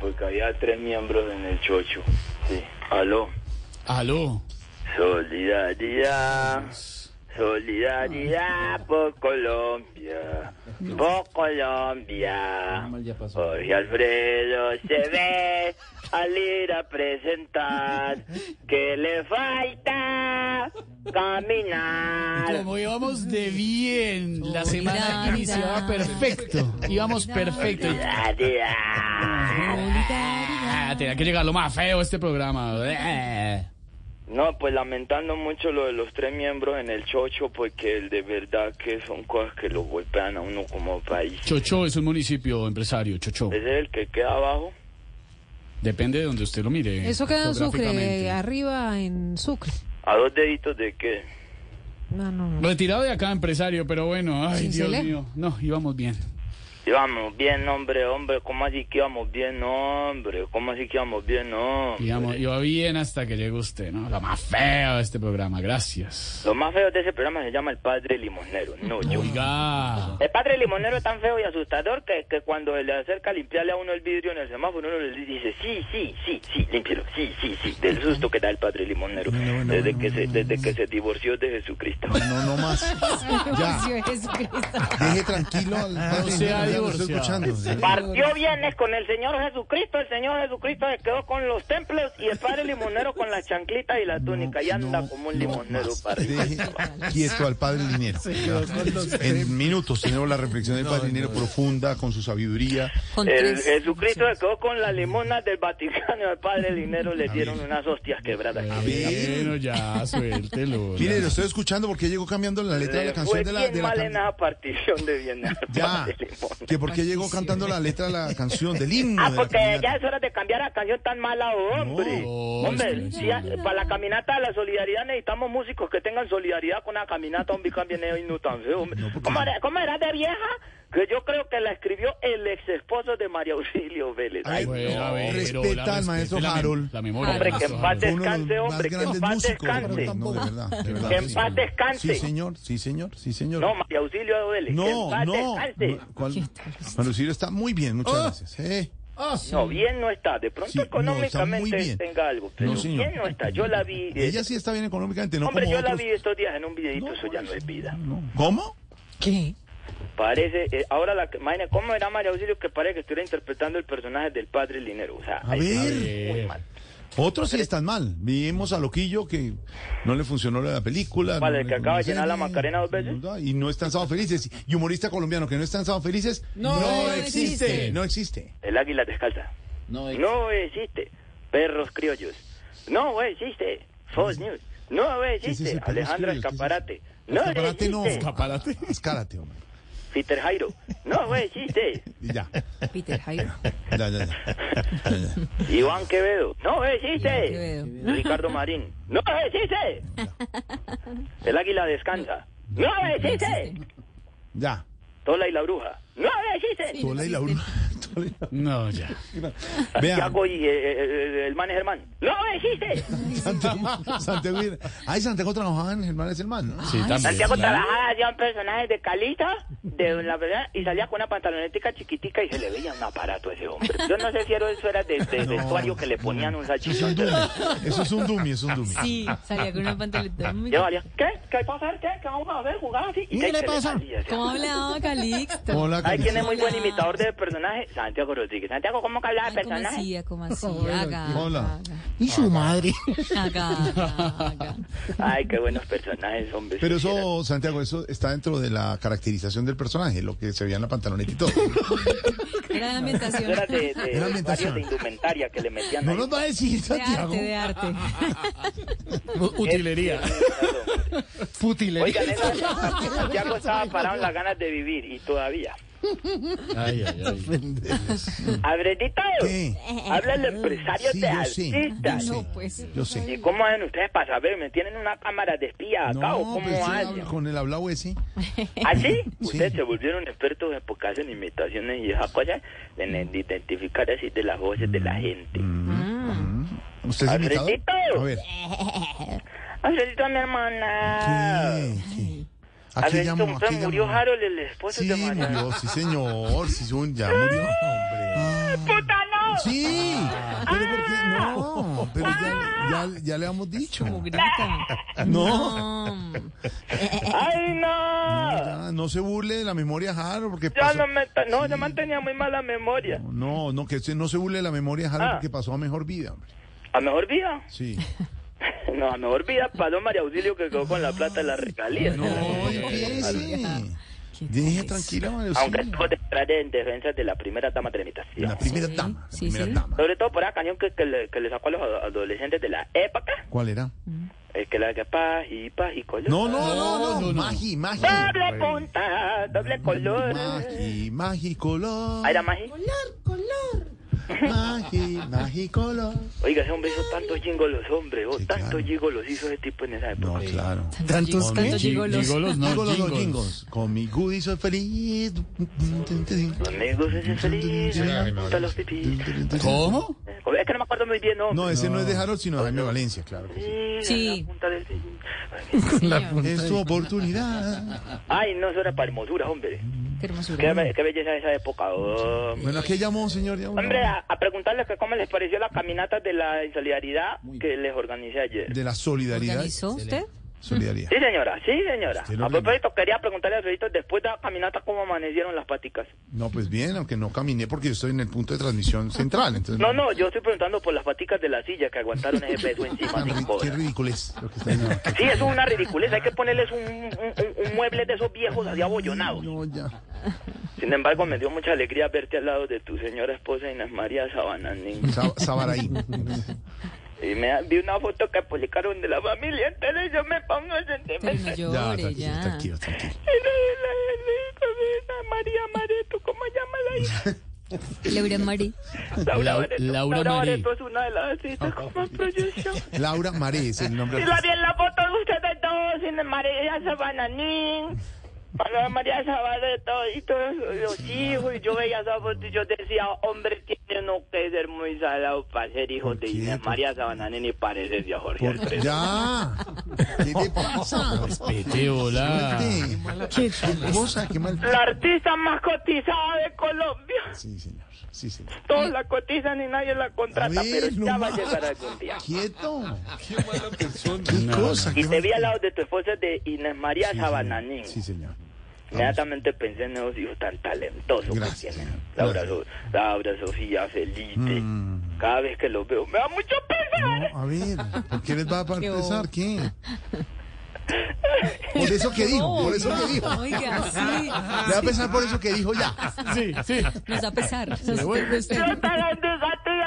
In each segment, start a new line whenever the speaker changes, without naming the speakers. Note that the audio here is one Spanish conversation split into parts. porque había tres miembros en el chocho. Sí. Aló.
Aló.
Solidaridad. Solidaridad por Colombia, por Colombia. Jorge Alfredo se ve al ir a presentar que le falta caminar.
Como íbamos de bien, la semana
Solidaridad.
iniciaba perfecto. Íbamos perfecto.
Solidaridad.
Ah, tenía que llegar lo más feo este programa. Eh.
No, pues lamentando mucho lo de los tres miembros en el chocho, porque de verdad que son cosas que lo golpean a uno como país.
Chocho es un municipio empresario, Chocho.
Ese es el que queda abajo.
Depende de donde usted lo mire.
Eso queda en Sucre,
Eh, geográficamente.
arriba en Sucre.
¿A dos deditos de qué?
No, no, no.
Retirado de acá, empresario, pero bueno, ay,
¿Sí se
Dios
le?
mío. No, íbamos bien.
Íbamos bien, hombre, hombre. ¿Cómo así que íbamos bien, hombre? ¿Cómo así que íbamos bien, hombre?
Íbamos, iba bien hasta que llegó usted, ¿no? Lo más feo de este programa, gracias.
Lo más feo de ese programa se llama El Padre Limonero, no yo.
Oiga.
El Padre Limonero es tan feo y asustador que, que cuando se le acerca a limpiarle a uno el vidrio en el semáforo, uno le dice, sí, sí, sí, sí, límpielo, sí, sí, sí, del susto que da el Padre Limonero desde, que se, desde que se divorció de Jesucristo.
No, no más. Ya, deje tranquilo al
Ah,
padre.
se
Linero,
ha
ya lo estoy
divorciado.
escuchando. sí.
Partió viernes con el Señor Jesucristo, el Señor Jesucristo se quedó con los templos y el Padre Limonero con las chanclitas y la túnica y anda
No,
como un
no
limonero
más.
para arriba.
Deje quieto al padre Linero. Ya. En minutos tenemos la reflexión del padre Linero profunda, con su sabiduría.
El Jesucristo se quedó con las limonas del Vaticano y al padre Linero le dieron unas hostias quebradas.
Bueno, ya, suéltelo.
Mire, lo
ya.
estoy escuchando porque llegó cambiando la letra de la
Le
canción
Eh, fue
de la,
bien
de la
mal
can-
en esa partición de Viena al
Ya,
padre Limón.
que porque llegó cantando la letra de la canción, del himno.
Ah,
de la
porque
caminata.
ya es hora de cambiar la canción tan mala, hombre.
No,
hombre,
es que-
si ya- para la caminata de la solidaridad necesitamos músicos que tengan solidaridad con la caminata, hombre, cambien ellos y no tan feo, hombre. ¿Cómo, era, cómo era de vieja? Que yo creo que la escribió el ex esposo de María Auxilio Vélez.
Ay,
Bueno,
no,
a ver,
respeta
pero la
al maestro
la mem-
Harold.
La memoria.
Hombre,
del
que
maestro
en paz
Harold.
Fue uno de los
Descanse,
más
hombre, que en
grandes
paz
músicos.
descanse.
No, de verdad, de verdad.
Que en paz descanse.
Sí, señor, sí, señor, sí, señor.
No, María Auxilio Vélez. que en
No,
paz
no.
descanse.
no, ¿cuál? Juan Lucilio está muy bien, muchas
Ah.
gracias. Eh,
No, bien no está. De pronto
Sí, no, está muy
económicamente
bien.
tenga algo, pero
No, señor.
bien no está. Yo la vi. eh,
ella sí está bien económicamente, no
hombre,
como
yo la
otros.
vi estos días en un videito,
No,
eso ya no es vida.
No. ¿Cómo?
¿Qué?
Parece, eh, ahora la que, imagina, ¿cómo era María Auxilio que parece que estuviera interpretando el personaje del padre Linero? O sea,
A
ahí está,
ver.
muy mal.
Otros sí están mal. Vimos a Loquillo que no le funcionó lo de la película.
¿Cuál,
no
el
le
que acaba de
funcionó
llenar la
serie,
Macarena dos veces?
sin duda, Y no están sábado felices. Y humorista colombiano que no están sábado felices.
No existe.
No existe.
El águila descalza. No existe. Perros criollos. No existe. Fox News. No
es
existe.
ese perro
Alejandra
criollo? ¿Qué es eso?
Escaparate. No
Escaparate no.
existe.
Escaparate.
Escárate, hombre.
Peter Jairo. No existe.
Y ya.
Peter Jairo.
Ya, ya, ya. Ya, ya.
Iván Quevedo. No
Iván
existe.
Quevedo.
Ricardo Marín. No existe. El águila descansa. No existe.
Ya.
Tola y la bruja. No existe.
Tola y la bruja. Tola y la
No, ya.
bruja. Vean.
Santiago y eh, eh, el man es Germán. No existe.
Santiago, Santiago, ay, Santiago trabajaba en Germán es el man, ¿no?
Sí, también.
Santiago
claro.
trabajaba, hacía un personaje de Calita, de la verdad, y salía con una pantalonetica chiquitica y se le veía un aparato a ese hombre. Yo no sé si era eso era de, de vestuario que le ponían un
Eso es
salchichón.
un dummy. Eso es un dummy, eso es un dummy.
Sí, salía con una pantaleta. muy-
Ya valía, ¿qué? ¿Qué pasa? ¿Qué? ¿Qué vamos a ver? ¿Jugar así?
¿Qué le
se
pasa?
salía, o sea.
¿Cómo hablaba Calixto?
Hola,
¿Sabes quién es muy
Carlos.
buen imitador de personaje? Santiago Rodríguez. Santiago, ¿cómo que hablaba
Ay,
de
¿Cómo
personaje?
hacía? ¿Cómo hacía? Haga,
Hola.
Y su madre.
Haga, haga, haga.
Ay, qué buenos personajes, hombre.
Pero
Sí, era-
eso, Santiago, eso está dentro de la caracterización del personaje, lo que se veía en la pantaloneta y todo.
Era de
eso
ambientación.
Era de, de,
Era
varios
ambientación.
de indumentaria que le metían
No
ahí.
nos va a decir,
De
Santiago.
arte, de arte.
Utilería.
Oigan,
Futilería.
esa- Santiago estaba parado en las ganas de vivir y todavía.
Ay, ay, ay.
Abredita,
¿Qué?
habla el empresario
Sí,
de
yo sé, yo
artistas.
sé,
No, pues.
yo sé.
¿Y cómo hacen ustedes para saber? ¿Me tienen una cámara de espía acá o
No,
cómo
pero sí,
hacen?
habla- con el hablado ese.
¿Así?
Sí.
Ustedes se volvieron expertos en porque hacen imitaciones y esas cosas de ne-
Mm.
de identificar así de las voces de la gente.
¿Usted es invitado?
Alfredito.
A ver.
Alfredito, mi hermana.
¿Qué? ¿Qué? ¿A qué
Ah. Alfredito,
llamó? ¿A qué
usted murió
llamó?
Harold, el esposo
Sí,
de María. Ah.
murió, sí, señor. Sí, sí, ya murió. Hombre.
¡Puta no!
Sí,
Ah.
No, pero ya, ya, ya le hemos dicho.
Como grita.
No.
¡Ay, no!
Ya, no se burle de la memoria Jaro porque
Ya
pasó-
no me... ta- No, yo mantenía muy mala memoria.
No, no, que usted no se burle de la memoria Jaro
Ah.
porque pasó a mejor vida. hombre.
¿A mejor vida?
Sí.
No, a mejor vida Paloma y Auxilio que quedó con la plata de la regalía.
No, empiece.
Qué
Deje
tristeza.
tranquila, María
Aunque
Auxilio.
estuvo detrás en defensa de la primera dama de la imitación.
La primera
Sí,
dama. La
sí,
primera
sí.
dama.
Sobre todo por la cañón que, que le, que le sacó a los ado- adolescentes de la época.
¿Cuál era?
El que la que paz y paz y color.
No, no, no, no.
No, no, no.
Magi, magi.
Doble punta, doble color.
Magi, magi, color.
Ah, era magia.
Magi, magi, color.
Oiga, ese hombre hizo tantos jingolos, hombre. Oh,
Sí, claro.
tantos gigolos hizo ese tipo en esa
No,
época.
claro.
Tantos,
Con
tantos
gi-
gigolos.
gigolos, no,
Jingos, los
jingles.
jingles. Con mi Goody soy feliz.
Amigos, ese feliz. me gusta los pipí.
¿Cómo?
Es que no me acuerdo muy bien, ¿no?
No, ese no. es de Harold, sino de Jaime Valencia, claro que sí.
Sí.
la punta del-
Es tu oportunidad.
Ay, no, eso era para hermosura, hombre. Qué,
Qué hermosura.
be- qué belleza esa época. oh.
Bueno, ¿a qué llamó, señor? Ya, bueno.
Hombre, ah. a, a preguntarles que cómo les pareció la caminata de la insolidaridad que les organicé ayer.
De la solidaridad.
¿Organizó usted?
Solidaridad.
Sí, señora, sí, señora.
Usted lo
A propósito, quería preguntarle a Alfredito, después de la caminata, ¿cómo amanecieron las paticas?
No, pues bien, aunque no caminé porque yo estoy en el punto de transmisión central. Entonces,
No, no, yo estoy preguntando por las paticas de la silla que aguantaron ese peso encima
Tan ri-
cinco
Qué
horas.
ridículo es lo que está diciendo.
Sí, eso es una ridiculez. Hay que ponerles un, un- un- un mueble de esos viejos así abollonados.
No, ya.
Sin embargo, me dio mucha alegría verte al lado de tu señora esposa Inés María Sabananín.
Sa- Sabaraí.
Y me da- vi una foto que publicaron de la familia, entonces yo me pongo
Pero no
sentimental.
Ya,
llore,
tranquilo,
ya.
tranquilo, tranquilo.
María Mareto, ¿cómo llama la hija?
Laura Mari.
Lau- Laura Marí.
Mareto es una de las artistas con más proyección.
Laura Maré es el nombre.
Y la vi en la foto de ustedes dos, en María Sabananín, María María Sabaneto y todos los hijos. Y yo veía esa foto y yo decía, hombre, tiene uno que ser muy salado para ser hijo
¿Por
de
qué?
Inés
¿Por
María Sabananín y parecerse a Jorge
Por-
Alfredo.
Ya. ¿Qué te pasa?
Vete, hola.
Vete. Qué cosa, qué mal.
La artista más cotizada de Colombia.
Sí, señor. Sí, señor.
Todos la cotizan y nadie la contrata,
A ver,
pero ya va a
nomás.
llegar algún día.
Quieto. Qué mala persona. Qué cosa.
Y
qué
te
mal-
vi al lado de tu esposa de Inés María
Sí,
Sabananín.
señor. Sí, señor.
Inmediatamente pensé en esos hijos tan talentosos
Gracias,
que
señor.
tienen. Laura,
Gracias.
So- Laura, Sofía, Felipe.
Mm.
Cada vez que los veo me da mucho pesar.
No, a ver, ¿por qué les va a
Qué bobo.
pesar? ¿Qué? Por eso que dijo, por eso que dijo.
Oh, Oiga, sí.
Le va a pesar por eso que dijo ya.
Sí, sí.
Nos este da pesar.
Yo te bendiga a ti,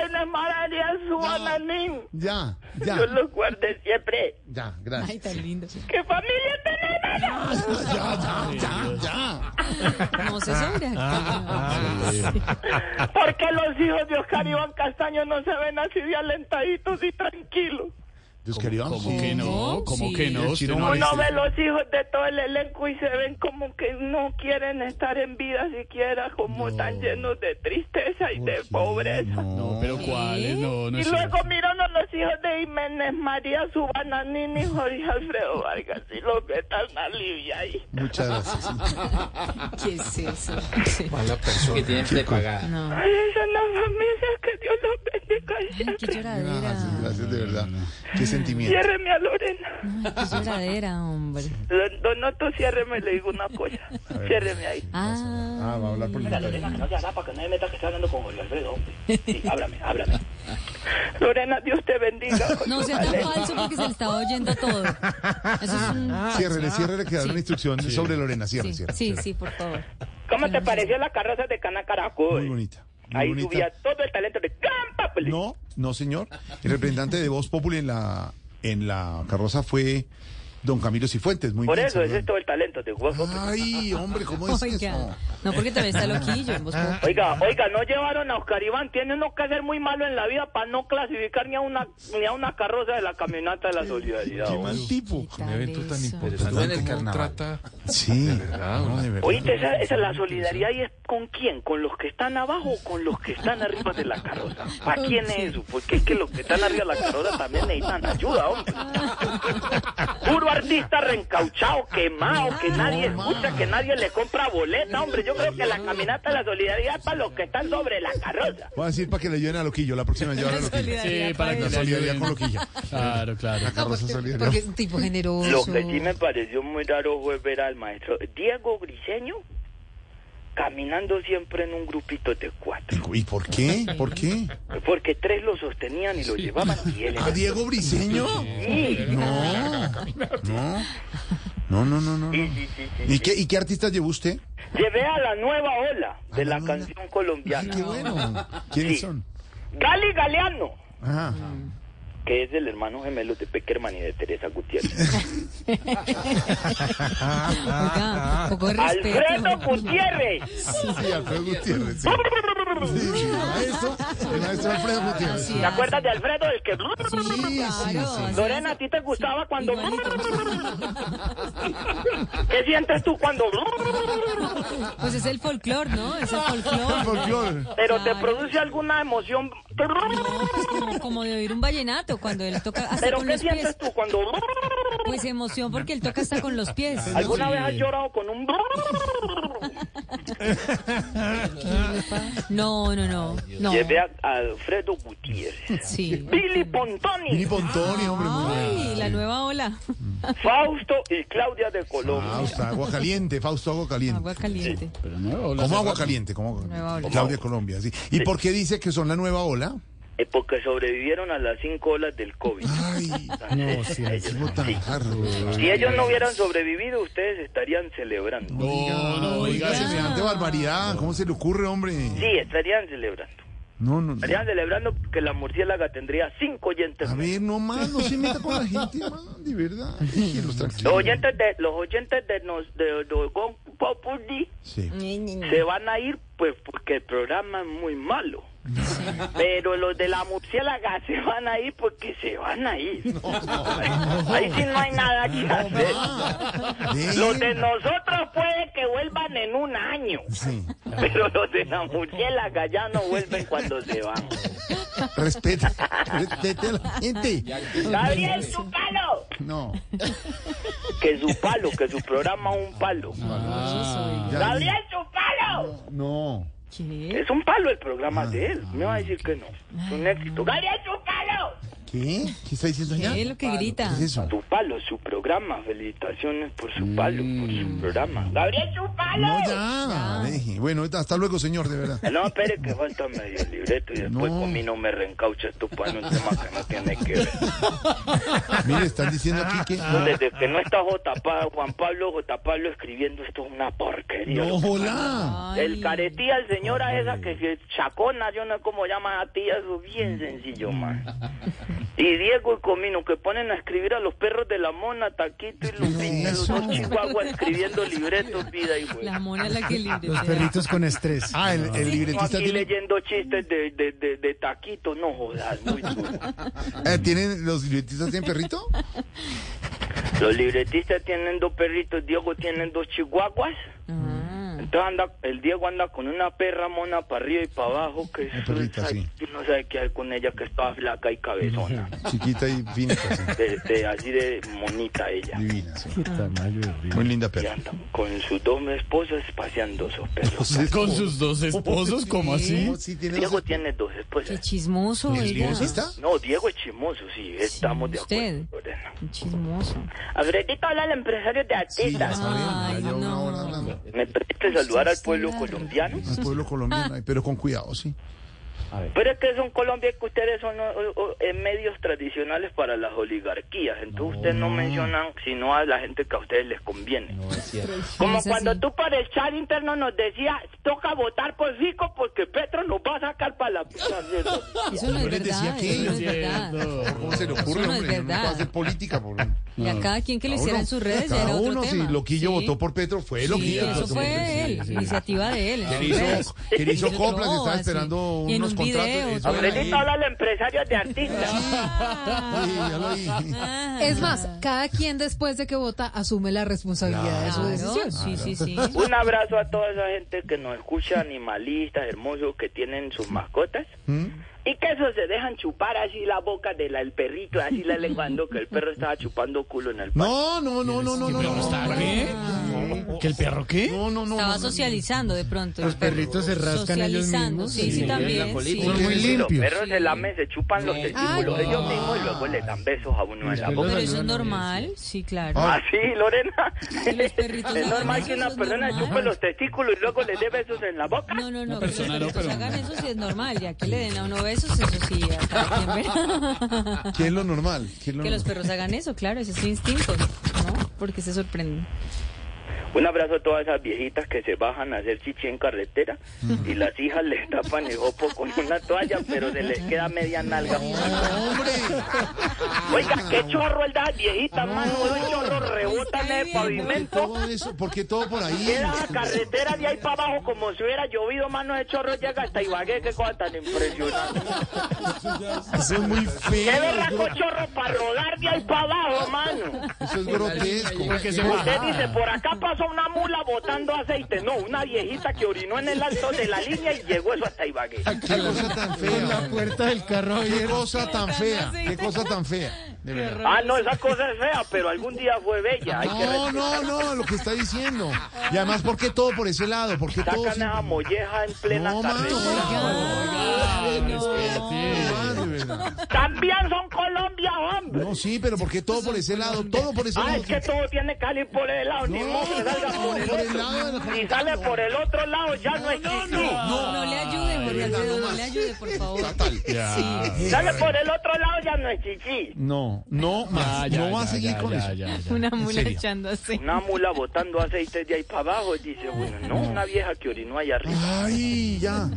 Inés María Sabananín.
Ya,
Yo
ya,
los guarde siempre.
ya, gracias.
Ay, tan lindo.
¡Qué familia tenemos!
Ya, ya, ya.
No se sobra.
Porque los hijos de Oscar Iván Castaño no se ven así de alentaditos y tranquilos.
Dios querido,
¿Cómo
sí.
que no? ¿Cómo
Sí.
que no?
Sí,
Usted no
Uno
ha
Uno
visto-
ve los hijos de todo el elenco y se ven como que no quieren estar en vida siquiera, como
No.
tan llenos de tristeza y de
Sí,
pobreza.
No, pero ¿cuáles? No, no
Y
es
luego
cierto.
miran a los hijos de Jiménez María Subananini y Jorge Alfredo Vargas y los que están aliviados.
Muchas gracias.
¿Qué es eso?
que tienen prepagada.
No.
Ay, esa es la familia que Dios los bendiga
Ay, qué
siempre.
Ah,
Gracias,
lloradera.
gracias de verdad. Qué sentimiento.
Ciérreme a Lorena.
Ay, qué lloradera, hombre.
Don- Donato, ciérreme, le digo una cosa. Ciérreme ahí.
Ah,
Ah,
va a hablar por la
Lorena, que no te haga para que no me meta que está hablando con Jorge Alfredo, hombre. Sí, háblame, háblame. Lorena, Dios te bendiga.
no sea tan falso porque se le estaba oyendo todo. Eso es un...
Ciérrele, ciérrele, que dar una instrucción sobre Lorena. Cierre,
Sí,
cierre.
sí,
cierre.
sí, por favor.
¿Cómo te pareció la carroza de Cana Caracol?
Muy bonita. Muy
Ahí
bonita.
subía todo el talento de pues, Gran Papel.
No, no, señor. El representante de Voz Populi en la, en la carroza fue don Camilo Cifuentes. Muy
Por
bien,
eso, ese
señor.
es todo el talento de Voz Populi.
Ay, hombre, ¿cómo es eso? Ah,
Oiga. No, porque también está loquillo. en Voz Populi.
Oiga, oiga, no llevaron a Oscar Iván. Tiene uno que ser muy malo en la vida para no clasificar ni a una ni a una carroza de la camionata de la solidaridad.
Qué
hombre.
mal tipo.
Un evento tan importante.
Estuvo en el carnaval.
Sí, no, de verdad.
Oíste, esa, esa es la solidaridad y es con quién, con los que están abajo o con los que están arriba de la carroza. ¿Para quién es eso? Porque es que los que están arriba de la carroza también necesitan ayuda, hombre. Juro artista reencauchado, quemado, que nadie escucha, que nadie le compra boleta, hombre. Yo creo que la caminata de la solidaridad es para los que están sobre la carroza.
Voy a decir para que le ayuden a Loquillo, la próxima llevar a Loquillo.
Sí, para que
La
le
solidaridad
ayuden.
con Loquillo.
Claro, claro.
La carroza solidaridad.
Porque es un tipo generoso.
Lo que sí me pareció muy raro fue ver al maestro Diego Griseño caminando siempre en un grupito de cuatro.
¿Y por qué? ¿Por qué?
Porque tres lo sostenían y lo llevaban y él
¿A
era-
Diego Briseño?
Sí.
No. No. No, no, no, no.
Sí,
no.
sí, sí, sí,
¿Y
sí.
qué, ¿Y qué artistas llevó usted?
Llevé a la nueva ola de
¿A la
la
nueva ola?
canción
Ah. Ay,
colombiana.
qué bueno. ¿Quiénes
Sí.
son? Ah,
Gali Galeano,
Ajá.
que es el hermano gemelo de Peckerman y de Teresa Gutiérrez.
Oiga, un poco de respeto.
Alfredo Gutiérrez.
Sí, sí, Alfredo Gutiérrez. Sí. Sí, sí, el maestro, el maestro Alfredo Gutiérrez.
¿Te acuerdas de Alfredo? El que...
Sí, sí,
Claro,
sí.
así
Lorena, ¿a ti te gustaba cuando...
Igualito.
¿Qué sientes tú cuando...
Pues es el folclore, ¿no? Es el
El
folclore.
folclore.
Pero te produce alguna emoción...
No, pues como, como de oír un vallenato cuando él toca hasta
¿Pero
con
qué
los
sientes
pies.
tú cuando...
Pues emoción porque él toca hasta con los pies.
¿Alguna vez has llorado con un...
No, no, no. No.
Llevé a Alfredo Gutiérrez.
Sí.
Billy
Mini
Pontoni,
Pontoni, hombre,
Ah.
muy bueno.
Ay, la nueva ola.
Fausto y Claudia de Colombia.
Fausto, Ah, agua caliente, Fausto, agua caliente.
Agua caliente.
Pero nueva ola
Como
hace
agua
rato.
caliente, como
Nueva ola.
Claudia Colombia, sí. ¿Y por qué dice que son la nueva ola?
Eh, porque sobrevivieron a las cinco olas del COVID.
Ah,
Ay,
No, sí,
es algo tan arduo.
Si ellos no hubieran sobrevivido, ustedes estarían celebrando.
No, no, oiga,
Oiga,
ese sea-
semejante barbaridad, ¿cómo se le ocurre, hombre?
Sí, estarían celebrando.
No, no, no.
Estarían celebrando que la murciélaga tendría cinco oyentes.
A
menos.
ver, no más, no se meta con la gente, man, de verdad. Déjenlos
Los
tranquilos.
oyentes de los oyentes de nos de, de Gon Populi
Sí.
se van a ir pues porque el programa es muy malo. Pero los de la murciélaga se van a ir porque se van a ir. Ahí sí no hay nada que hacer.
Ven.
Los de nosotros puede que vuelvan en un año.
Sí.
Pero los de la murciélaga ya no vuelven cuando se van.
Respeta, respete a la gente.
Gabriel, su palo.
No,
Que su palo, que su programa es un palo. Ah.
ya,
Gabriel, su palo.
no.
¿Qué?
Es un palo el programa de él. Me va a decir que no. Es un éxito. Gabriel, su palo.
¿Qué? ¿Qué está diciendo allá?
¿Qué es lo que grita?
¿Qué es eso?
Su palo, su programa. Felicitaciones por su palo, por su programa. Gabriel, su palo.
Mm. No, ya. deje. Bueno, hasta luego, señor, de verdad.
No, espere que falta medio libreto y después
No.
conmigo me reencaucha esto para un tema que no tiene que ver.
Mire, están diciendo aquí que.
Desde que no está J. Pa- Juan Pablo, J. Pablo escribiendo esto es una porquería.
No, hola.
Ay.
El caretía, el señora esa que, que chacona, yo no sé cómo llama a tía, eso es
Mm.
bien sencillo, man. Y Diego y Comino, que ponen a escribir a los perros de la mona, Taquito y Lupita, los dos chihuahuas escribiendo libretos, vida y
La
juego.
mona es la que libre.
Los perritos con estrés.
Ah, el, el libretista
Aquí
tiene.
leyendo chistes de, de, de, de Taquito, no jodas, muy duro.
eh, ¿tienen, ¿Los libretistas tienen perrito?
Los libretistas tienen dos perritos, Diego tienen dos chihuahuas.
Ah.
Entonces anda, el Diego anda con una perra mona para arriba y para abajo, que eso
perrita,
es-
sí.
tú no sabe qué hay con ella, que está flaca y cabezona.
Chiquita y finita, sí.
de- de- así de monita ella.
Divina, sí. Muy linda
Y
perra.
anda con sus dos esposas paseando sus perros.
Ah, Con sus dos esposos, ¿cómo así?
No, sí, tiene
Diego
dos.
tiene dos
Qué
esposas.
chismoso, oiga.
¿Libretista?
No, Diego es chismoso, sí, estamos de
usted.
acuerdo. Lorena.
Qué chismoso.
Alfredito habla el empresario de artistas.
Ay,
Ya una
no.
hora hablando.
¿Me permite saludar al pueblo colombiano?
Al pueblo
Ah.
colombiano, ay, pero con cuidado, sí.
Pero es que son Colombia que ustedes son o- o- en medios tradicionales para las oligarquías. Entonces ustedes no mencionan sino a la gente que a ustedes les conviene. Como
Es así.
cuando tú por el chat interno nos decías, toca votar por Rico porque Petro nos va a sacar para la puta mierda".
Eso no es
Hombre, decía
verdad.
que
Eso no es verdad.
Cierto.
¿Cómo se le ocurre,
Eso no es
hombre? No
verdad.
puede hacer política, por
Y a cada quien que lo
Cada
hiciera
uno,
en sus redes ya
Cada
era otro
uno,
tema.
si Loquillo
Sí.
votó por Petro, fue
Sí,
Loquillo.
eso fue de él,
sí, sí.
iniciativa de él.
Que le hizo, que le hizo coplas,
No,
estaba
así.
esperando
Y en
unos
un
contratos.
video,
eso
todo.
era ahí.
Alfredito habla el empresario de artistas.
Sí,
Ah.
ya lo dije.
Es más, cada quien después de que vota asume la responsabilidad de su decisión.
Sí, sí, sí.
Un abrazo a toda esa gente que nos escucha, animalistas hermosos que tienen sus mascotas. Y que eso se dejan chupar así la boca del perrito, así la lenguando que el perro estaba chupando culo en el parque.
No, no, no, no, no, no.
¿Pero
no,
está
no,
qué? ¿Que el perro qué?
No, no, no.
Estaba
no, no.
socializando de pronto.
Los perritos se rascan ellos
Socializando,
mismos.
sí, sí,
la
también.
colita.
sí.
Son muy
Los
limpios.
perros se lamen, se chupan los testículos ellos mismos y luego le dan besos a uno en la
Después
Pero
boca.
los-
eso es normal, sí, claro.
Ah, sí, Lorena.
¿Y los perritos
es
lamen
normal que
eso?
una
¿Es
persona
normal?
chupe los testículos y luego le dé besos en la boca.
No, no, no. que
persona no,
los perritos
pero-
hagan eso sí es normal. Ya que le den a uno besos, eso sí, a cada quien verá.
¿Qué es lo normal? ¿Qué es lo
Que los
normal?
perros hagan eso, claro, ese es su instinto, ¿no? Porque se sorprenden.
Un abrazo a todas esas viejitas que se bajan a hacer chichi en carretera
Mm.
y las hijas les tapan el jopo con una toalla, pero se les queda media nalga. Oiga, qué chorro el de esas viejitas, mano. Los chorros rebotan en el pavimento.
Todo eso, ¿por qué todo por ahí?
Queda la carretera de ahí para abajo como si hubiera llovido, mano. El chorro llega hasta Ibagué. Qué cosa tan impresionante.
Eso es muy
Qué
feo.
berraco chorro para rodar de ahí para abajo, mano.
Eso es grotesco.
Porque se
Usted
baja.
dice, por acá pasó una mula botando aceite. No, una viejita que orinó en el alto de la línea y llegó eso hasta Ibagué.
Qué cosa tan
Con la
fea.
puerta del carro
Qué
abierta.
cosa tan fea. Qué cosa tan fea. De verdad.
Ah, no, esa cosa es fea, pero algún día fue bella. Hay que
No, no, no, lo que está diciendo. Y además, ¿por qué todo por ese lado? ¿Por qué todo?
sacan esa molleja en plena
No, mano.
carretera.
Ah, de verdad.
También son Colombia, hombre.
No, sí, pero ¿por qué todo por ese lado? Todo por ese
Ah,
lado.
es que todo tiene que salir por el lado, ni
No,
modo que
no,
salga
no,
por el
por el lado de
otro.
la
Si sale por el otro lado, ya no existe.
No le ayude, Jorge Alfredo, no le ayude, por favor. Sí,
Sale por el otro lado, ya no es chichi.
No, no
Ya,
más.
ya,
No va a
ya,
seguir
ya,
con
ya,
eso.
ya, ya.
una
En
mula
serio.
echando así.
Una mula botando aceite de ahí para abajo, dice uno. No, una vieja que orinó allá arriba.
Ay, ya.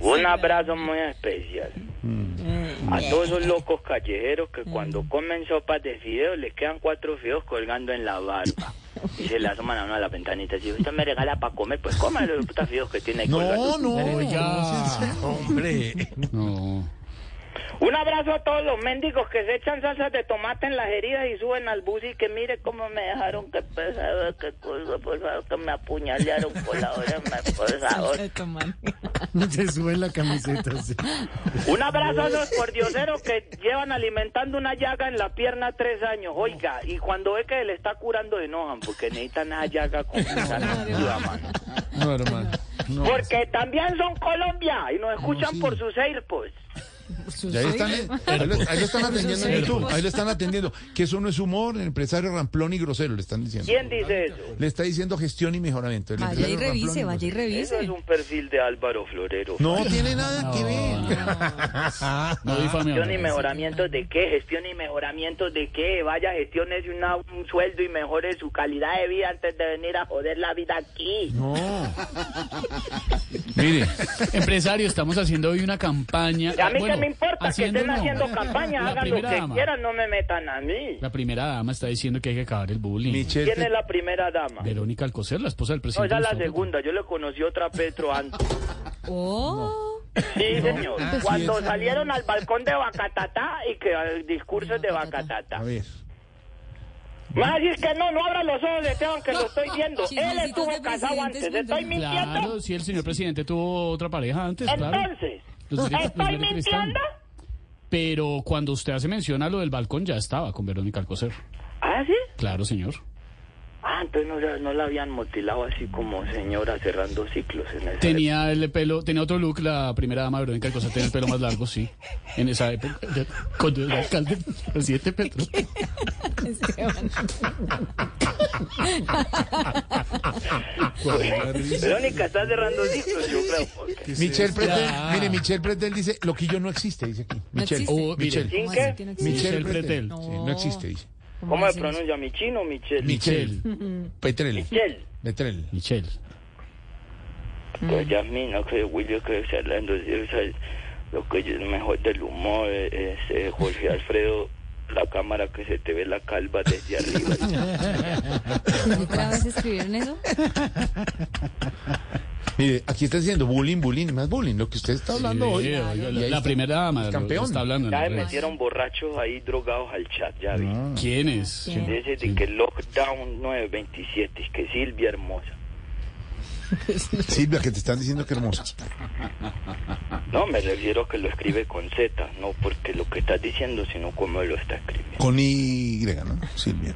Un abrazo muy especial. A todos esos locos callejeros que cuando comen sopas de fideos les quedan cuatro fideos colgando en la barba. Y se le asoman a uno a la ventanita y dice, usted me regala para comer, pues coma los putas fideos que tiene ahí
No,
colgando".
no.
Oiga.
Hombre.
No.
Un abrazo a todos los mendigos que se echan salsas de tomate en las heridas y suben al bus y que mire cómo me dejaron, que pesado, que cosa, por favor, que me apuñalearon por la oreja, por favor.
De tomar.
Se sube la camiseta. sí.
Un abrazo a esos pordioseros que llevan alimentando una llaga en la pierna tres años. Oiga, y cuando ve que se le está curando, se enojan porque necesitan esa llaga con esa ayuda, mano.
No, hermano. No.
Porque también son Colombia y nos escuchan
sí.
por sus AirPods.
Pues
Y ahí, están, ¿eh? ahí, lo, ahí lo están atendiendo en YouTube. Ahí lo están atendiendo. Que eso no es humor, el empresario ramplón y grosero, le están diciendo.
¿Quién dice eso?
Le está diciendo gestión y mejoramiento. El
Vaya y
empresario ramplón
revise,
y
vaya y
Eso es
revise. ¿Eh?
un perfil de Álvaro Florero.
grosero. No tiene nada que ver.
Ah,
No difame a
Gestión y
otro.
mejoramiento de qué, gestión y mejoramiento de qué, vaya, gestione una- un sueldo y mejore su calidad de vida antes de venir a joder la vida aquí.
No.
Mire, empresario, estamos haciendo hoy una campaña.
A mí
Bueno,
que me importa que
haciendo
estén
no.
haciendo campaña,
La
hagan lo
primera
que
dama.
quieran, no me metan a mí.
La primera dama está diciendo que hay que acabar el bullying.
Michelle.
¿Quién es la primera dama?
Verónica Alcocer, la esposa del
No,
presidente.
esa es la
Gustavo.
segunda, yo le conocí otra a Petro antes.
Oh,
Sí, señor.
ah,
Cuando salieron al balcón de Bacatatá y que al discurso de Bacatatá.
A ver.
Más es que no, no abra los ojos de Esteban, que lo estoy viendo. Él
Chismecitos de
estuvo casado
presidentes,
antes, estoy
punto.
mintiendo.
Claro, sí, el señor presidente tuvo otra pareja antes, claro.
Entonces,
Los derechos- los
¿estoy
derechos
mintiendo?
cristales. Pero cuando usted hace mención a lo del balcón, ya estaba con Verónica Alcocer.
¿Ah, sí?
Claro, señor.
Ah, entonces no, la- no la habían mutilado así como señora cerrando ciclos en esa
Tenía el pelo, tenía otro look, la primera dama Verónica Alcocer tenía el pelo más largo, sí. En esa época, ya, cuando era alcalde, presidente Petro.
Esteban.
época. Verónica está cerrando ciclos, yo creo. porque-
Michelle Pretel,
Ya.
mire, Michelle Pretel dice, lo que yo no existe, dice aquí.
No
Michelle.
existe.
Oh, mire.
Michelle.
¿Sin
¿Cómo
qué?
así que no existe?
Michelle
Michelle
Pretel.
Pretel.
Sí, no existe, dice.
¿Cómo se
así no
pronuncia mi chino, Michelle?
Michelle. Petrel.
Michelle.
Petrel.
Michelle. Mm.
Que Yasmina, que William, que Fernando, o sea, lo que es mejor del humor es eh, Jorge Alfredo, la cámara que se te ve la calva desde arriba.
¿Otra vez escribieron eso?
Mire, aquí está diciendo bullying, bullying, más bullying, lo que usted está hablando
Sí,
hoy.
oiga, la,
Y ahí
la
está.
primera dama. lo-
campeón.
Está hablando. en
Ya
la
me
red.
metieron borrachos ahí drogados al chat, ya vi.
¿Quién es?
¿Quién?
De ese de que Lockdown 927, es que Silvia Hermosa.
Silvia, que te están diciendo que hermosa.
No, me refiero a que lo escribe con Z, no porque lo que estás diciendo, sino cómo lo está escribiendo.
Con Y, ¿no? Silvia.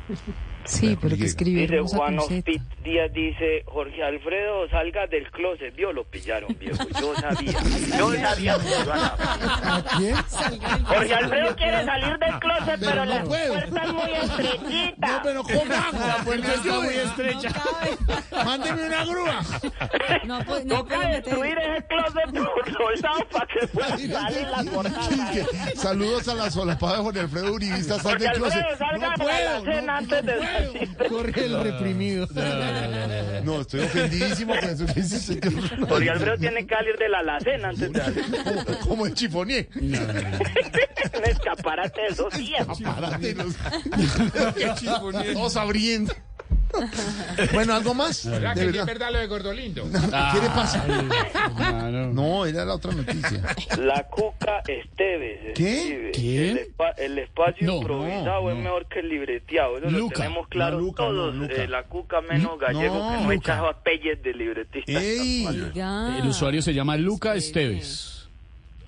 Sí, pero que escribir
Dice
cosa
Juan
con Z.
Ospit Díaz, dice Jorge Alfredo, salga del closet. Vio, lo pillaron, viejo. Yo sabía. Yo sabía. que iban a-
¿A quién?
Jorge Alfredo quiere salir del closet, pero,
no
la
puede.
puerta es muy estrechita.
No, pero ¿cómo hago?
La puerta está muy estrecha.
Mándeme una grúa.
No, pues, no
Toca
puedo meter-
destruir ese closet por los lados para que pueda salir la portada.
Saludos a la solapada de Jorge Alfredo Uribista. Sal
Jorge
del closet.
Alfredo, salga para
No
la
puedo,
cena antes de salir.
Corre el reprimido.
no, no, estoy ofendidísimo con eso que dice el señor.
Jorge Alfredo tiene que salir de la alacena antes de salir.
Como- Como el chifonier.
Un escaparate de dos días.
Parate, los- Todos abriendo. Bueno, ¿algo más? De
¿Verdad que sí es
verdad.
verdad lo de Gordolindo?
¿Qué le pasa?
Claro.
No, era la otra noticia.
La Cuca Esteves.
¿Qué?
escribe,
¿Qué?
El, espa- el espacio
No,
improvisado es mejor que el libreteado. Eso
Luca.
lo tenemos claro
No, Luca, no,
todos.
Luca.
eh, la Cuca menos gallego
no,
que no
Luca.
echaba pelles de libretista.
¡Ey!
Oiga.
El usuario se llama Luca
Esteves.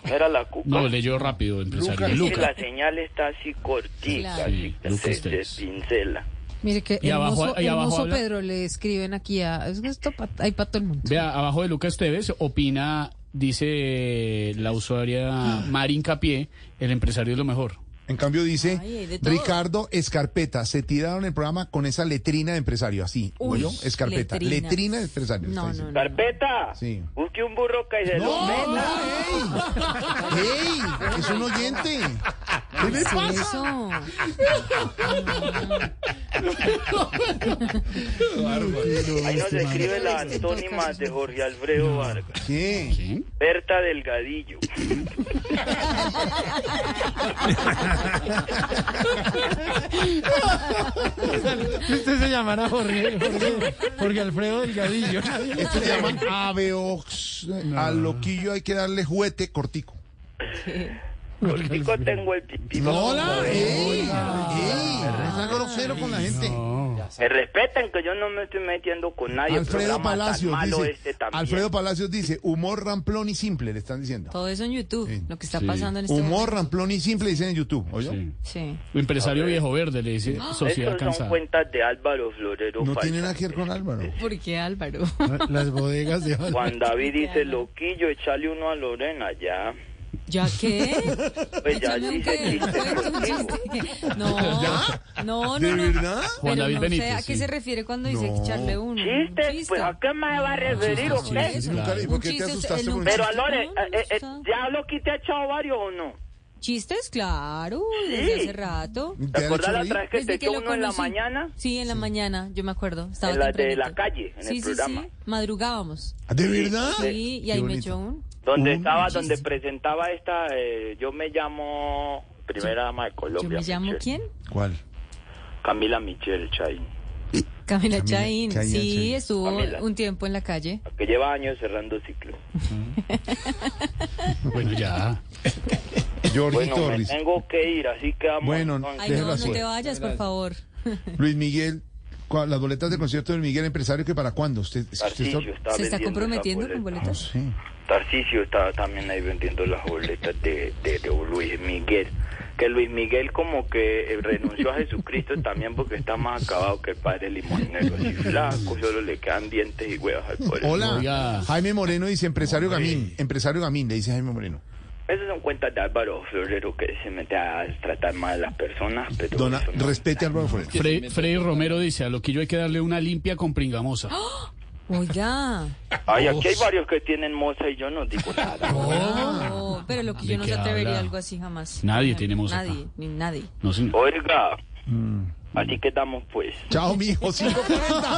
Esteves.
Era la Cuca.
No, leyó rápido, empresario.
Es que
Luca.
la señal está así cortita,
Claro.
Sí,
se-
Luca
se,
Esteves.
se pincela.
Mire que
Y abajo-
hermoso,
y abajo
hermoso
habla-
Pedro le escriben aquí a. Es que esto pa- hay para todo el mundo.
Vea, abajo de Lucas Esteves opina, dice la usuaria Mari Incapié, el empresario es lo mejor.
En cambio dice
Ay, hay de todo.
Ricardo Escarpeta, se tiraron el programa con esa letrina de empresario, así,
Uy,
¿oyó? Escarpeta,
letrina.
letrina, de empresario.
No,
está
no,
diciendo.
no.
¡Carpeta!
Sí.
Busque un burro que se lo
¡No!
meta.
¡Ey! ¡Ey! ¡Es un oyente! ¿Qué le
¿Qué es
pasa?
eso?
Ahí
Este
nos escribe la antónima de Jorge Alfredo Vargas.
¿Qué?
¿Quién?
Berta Delgadillo.
Usted se llamará Jorge, Jorge, Jorge Alfredo Delgadillo.
Esto se llaman aveox. Al loquillo hay que darle juguete cortico.
Cortico tengo el pipí.
¡Hola! ¡Ey! ¡Ey! No seas grosero con la gente.
Me respeten que yo no me estoy metiendo con nadie. El
Alfredo
programa tan
Palacios
malo
dice,
este también.
Alfredo Palacios dice, humor ramplón y simple, le están diciendo.
Todo eso en YouTube,
Sí.
lo que está
Sí.
pasando en este
Humor
momento.
ramplón y simple, dicen en YouTube, ¿oyó?
Sí.
Sí.
Empresario viejo verde, le dice Sociedad
Estos son
Cansada.
cuentas de Álvaro Florero.
No
Falsa.
tiene nada que ver con Álvaro.
¿Por qué, Álvaro?
Las bodegas de
Juan David dice, loquillo, echale uno a Lorena, ya.
¿Ya qué?
Pues ya
Échame un
dice
qué,
chiste pues,
cuento, un
contigo.
chiste. No, no, no.
¿De
no.
verdad?
Juan
Pero
David
no
Benítez,
sé a qué
sí.
se refiere cuando dice que echarle un
¿Chiste?
chiste.
Pues ¿a qué me va a referir o qué?
Eso.
Nunca le- ¿y por qué
Un
te
chiste,
asustaste
él
con un
nunca-
Pero Alore,
No, no
eh, eh,
está.
¿ya lo quité ha echado varios o no?
Chistes, claro, desde hace rato.
¿Te
¿Te
han
acordás
hecho
la
reír?
otra vez que te
Desde
echó uno en la
conocí.
mañana?
Sí, en la mañana, yo me acuerdo. Estaba
En la de
tempranito.
la calle, en el
sí, sí,
programa.
Sí, madrugábamos.
¿De verdad?
Sí, y
Qué
ahí me
bonito.
echó un...
Donde estaba, donde presentaba esta, eh, yo me llamo Primera Dama de Colombia.
Yo me llamo
Michelle.
quién?
¿Cuál?
Camila Michelle Chain,
Camila
Camila
Chaín.
Chaín,
Sí,
Chaín.
estuvo
Camila.
un tiempo en la calle.
que lleva años cerrando ciclos.
Bueno, ya.
Jordi
Bueno, me
Torres.
tengo que ir, así que vamos.
Bueno,
entonces.
Ay,
Déjelo
no,
así.
no te vayas, por favor.
Luis Miguel, ¿cuál- las boletas del concierto de Miguel Empresario, que para cuándo? Usted, es que usted
Tarcisio
está-
está
¿Se está
vendiendo
comprometiendo
esas
con
No
boletas?
sé.
Tarcisio está también ahí vendiendo las boletas de, de, de Luis Miguel. Que Luis Miguel como que eh, renunció a Jesucristo también porque está más acabado que el padre limonero. Así flaco, solo le quedan dientes y huevas al pobre.
Hola,
Oiga.
Jaime Moreno dice empresario Gamín. Empresario Gamín, le dice Jaime Moreno.
Esas son cuentas de Álvaro Florero que se mete a tratar mal a las personas. Pero
Dona,
eso no-
respete a Álvaro Forero.
Fre- Freddy Romero dice, a Loquillo hay que darle una limpia con pringamosa.
Oiga.
Ay, aquí hay varios que tienen moza y yo no digo nada.
No, Oh, pero lo que
Oh. ¿De
yo no
qué
se atrevería
habla?
a algo así jamás.
Nadie tiene música.
Nadie, ni nadie.
No, señor.
Oiga, así quedamos pues.
Chao, mijo. 540.